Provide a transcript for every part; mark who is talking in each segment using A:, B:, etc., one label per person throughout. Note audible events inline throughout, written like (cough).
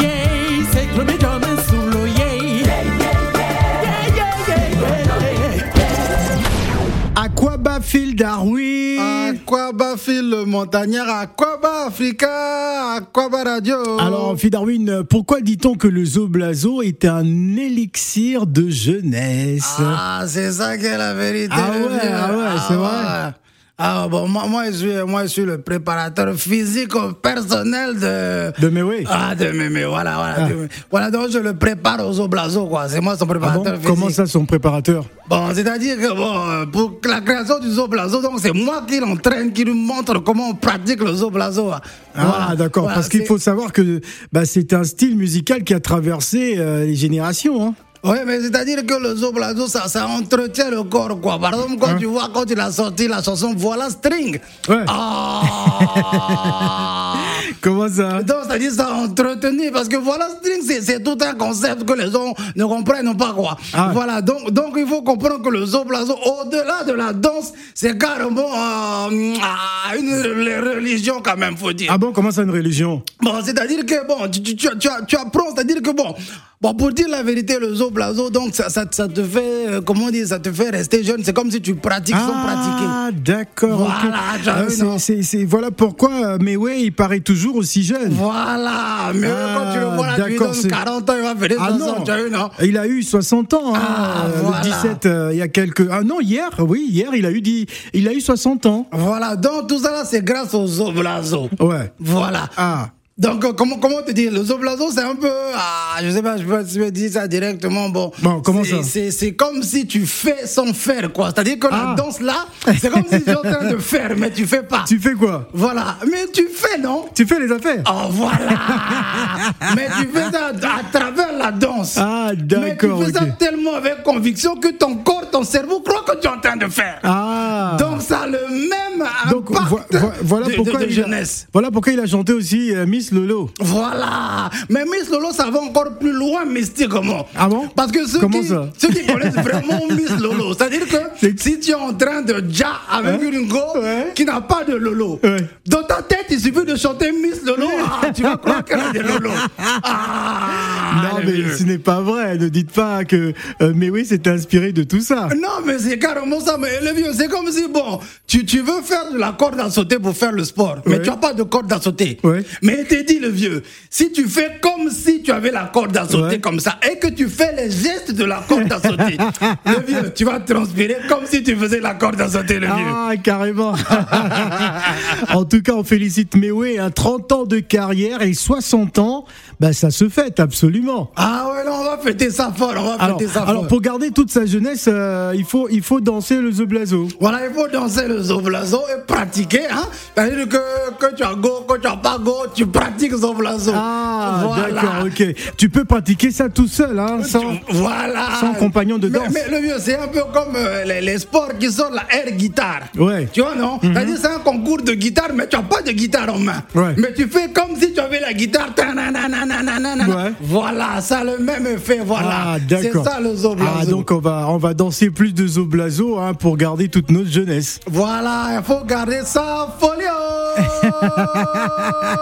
A: Yay, c'est que mes jambes sous l'eau, yay. Yay, yay, yay, yay, yay.
B: À quoi bat Phil Darwin
C: À quoi bas Phil le montagnard À quoi bas Africa À quoi bas Radio
B: Alors, Phil Darwin, pourquoi dit-on que le zoblazo est un élixir de jeunesse
C: Ah, c'est ça qui est la vérité.
B: hein. Ah ouais,
C: Phil.
B: ah ouais, c'est vrai.
C: ouais. Ah bon, moi, moi, je suis, moi je suis le préparateur physique personnel de...
B: De Mewé
C: Ah, de mémé, voilà, voilà. de Mémé. Voilà, donc je le prépare aux oblazos, quoi. C'est moi son
B: Ah
C: préparateur
B: bon
C: physique.
B: Comment ça, son préparateur
C: Bon, c'est-à-dire que bon, euh, pour la création du zoblazo, donc c'est moi qui l'entraîne, qui lui montre comment on pratique le zoblazo. hein.
B: Ah
C: Voilà,
B: d'accord,
C: voilà,
B: parce qu'il
C: c'est-
B: faut savoir que bah, c'est un style musical qui a traversé euh, les générations. hein.
C: Oui, mais c'est-à-dire que le zoblazo, ça, ça entretient le corps, quoi. Par exemple, quand tu vois, quand il a sorti la chanson Voilà String.
B: Hein. Ouais. (laughs)
C: Ah
B: Comment ça
C: Donc, c'est-à-dire ça entretenir, parce que Voilà String, c'est- c'est tout un concept que les gens ne comprennent pas, quoi.
B: Ah.
C: Voilà, donc, donc il faut comprendre que le zoblazo, au-delà de la danse, c'est carrément euh, ah, une re- religion, quand même, faut dire.
B: Ah bon, comment ça, une religion
C: Bon, c'est-à-dire que bon, tu, tu, tu, tu- tu apprends, c'est-à-dire que bon, bon, pour dire la vérité, le zoblazo, donc ça, ça, ça te fait, euh, comment dire, ça te fait rester jeune. C'est comme si tu pratiques sans pratiquer.
B: Ah, d'accord. ok. Euh,
C: Voilà, j'avais,
B: c'est-
C: non.
B: c'est- c'est- voilà pourquoi euh, Mewé, il paraît toujours aussi jeune.
C: Voilà, mais
B: Ah,
C: quand tu le vois là, tu lui
B: d'accord, c'est-
C: donnes 40 ans, il va faire
B: Ah
C: 60
B: non,
C: tu as vu, non
B: il a eu 60 ans, hein,
C: hein. Ah,
B: euh,
C: voilà.
B: le 17, euh, il y a quelques... Ah non, hier, oui, hier, il a eu, dix- il a eu 60 ans.
C: Voilà, donc tout ça là, c'est grâce au zoblazo.
B: Ouais.
C: Voilà.
B: Ah,
C: Donc, euh, comment, comment te dire, le zoblazo, c'est un peu. Ah, je sais pas, je peux je peux dire ça directement. Bon,
B: Bon, comment
C: c'est-
B: ça
C: c'est- C'est comme si tu fais sans faire, quoi. C'est-à-dire que
B: Ah.
C: la danse là, c'est comme si tu es
B: (laughs)
C: en train de faire, mais tu fais pas.
B: tu fais quoi
C: Voilà. Mais tu fais, non
B: Tu fais les affaires
C: Oh,
B: (laughs)
C: voilà Mais tu fais ça à travers la danse.
B: Ah, d'accord,
C: Mais tu fais ça
B: ok.
C: tellement avec conviction que ton corps, ton cerveau croit que tu es en train de faire.
B: Ah
C: Donc, ça a le même
B: Donc,
C: impact
B: vo- vo- voilà,
C: de- de-
B: pourquoi
C: de
B: il a-
C: jeunesse.
B: voilà pourquoi il a chanté aussi euh, Miss Lolo.
C: Voilà. Mais Miss Lolo, ça va encore plus loin mystiquement.
B: Ah bon
C: Parce que ceux
B: Comment
C: qui,
B: ça
C: ceux qui connaissent vraiment (laughs) Miss Lolo, c'est-à-dire
B: C'est-
C: que si tu es en train de ja avec
B: Hein
C: une go
B: Ouais.
C: qui n'a pas de Lolo,
B: Ouais.
C: dans ta tête, il suffit de chanter Miss Lolo, ah, tu vas croire qu'elle a
B: (laughs)
C: des Lolo. Ah,
B: non,
C: le
B: mais
C: vieux.
B: ce n'est pas vrai. Ne dites pas que euh, Mewé s'est inspiré de tout ça.
C: Non, mais c'est carrément ça. Mais le vieux, c'est comme si, bon, tu, tu veux faire de la corde à sauter pour faire le sport, mais
B: Ouais.
C: tu n'as pas de corde à sauter.
B: Ouais.
C: Mais il te dit, le vieux, si tu fais comme si tu avais la corde à sauter
B: Ouais.
C: comme ça et que tu fais les gestes de la corde à
B: (laughs)
C: sauter, le vieux, tu vas transpirer comme si tu faisais la corde à sauter, le vieux.
B: Ah, carrément. (laughs) en tout cas, on félicite Mewé. Hein, 30 ans de carrière et 60 ans, bah, ça se fête, absolument.
C: Ah ouais, non, on va fêter ça fort, on va
B: Alors,
C: fêter ça
B: alors,
C: fort.
B: pour garder toute sa jeunesse, euh, il, faut, il faut danser le The Blazo.
C: Voilà, il faut danser le zoblazo et pratiquer. Hein C'est-à-dire que, que tu as go, que tu as pas go, tu pratiques zoblazo.
B: Ah,
C: Voilà.
B: d'accord, ok. Tu peux pratiquer ça tout seul, hein, sans...
C: voilà.
B: sans compagnon de
C: Mais-
B: danse.
C: Mais, le vieux, c'est un peu comme euh, les, les sports qui sont la air guitare.
B: Ouais. Mhm.
C: Tu vois, non C'est-à-dire, c'est un concours de guitare, mais tu n'as pas de guitare en main.
B: Ouais.
C: Mais tu fais comme si tu avais la guitare. Ta-na-na-na-na-na-na-na.
B: Ouais.
C: Voilà, ça a le même effet. Voilà.
B: Ah,
C: c'est
B: d'accord.
C: ça le zoblazo.
B: Ah, donc on va, on va danser plus de zoblazo hein, pour garder toute notre jeunesse.
C: Voilà, il faut garder ça
B: (laughs)
C: folio.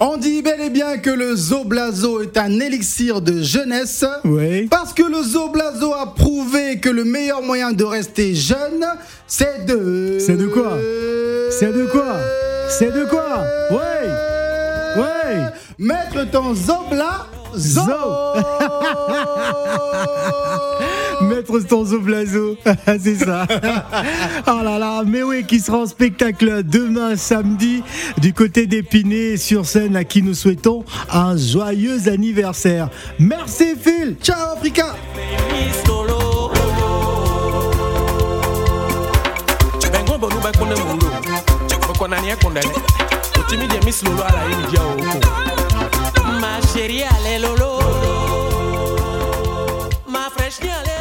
C: On dit bel et bien que le zoblazo est un élixir de jeunesse.
B: Oui.
C: Parce que le zoblazo a prouvé que le meilleur moyen de rester jeune, c'est de.
B: C'est de quoi C'est de quoi C'est de quoi Ouais Ouais
C: Mettre ton zobla. Zo.
B: Zo. (laughs) Maître Stanzo Blazo, (laughs) c'est ça. oh là là, mais oui, qui sera en spectacle demain samedi du côté d'Épinay sur scène à qui nous souhaitons un joyeux anniversaire. Merci Phil
C: (laughs) Ciao Africa
D: bengo bonu bɛ kunde mundo okonaniɛ kundɛni otimi diɛ misi lolo ala yi ni diɛ o ko.
E: Ma chérie, allez lolo. Ma fraîche, allez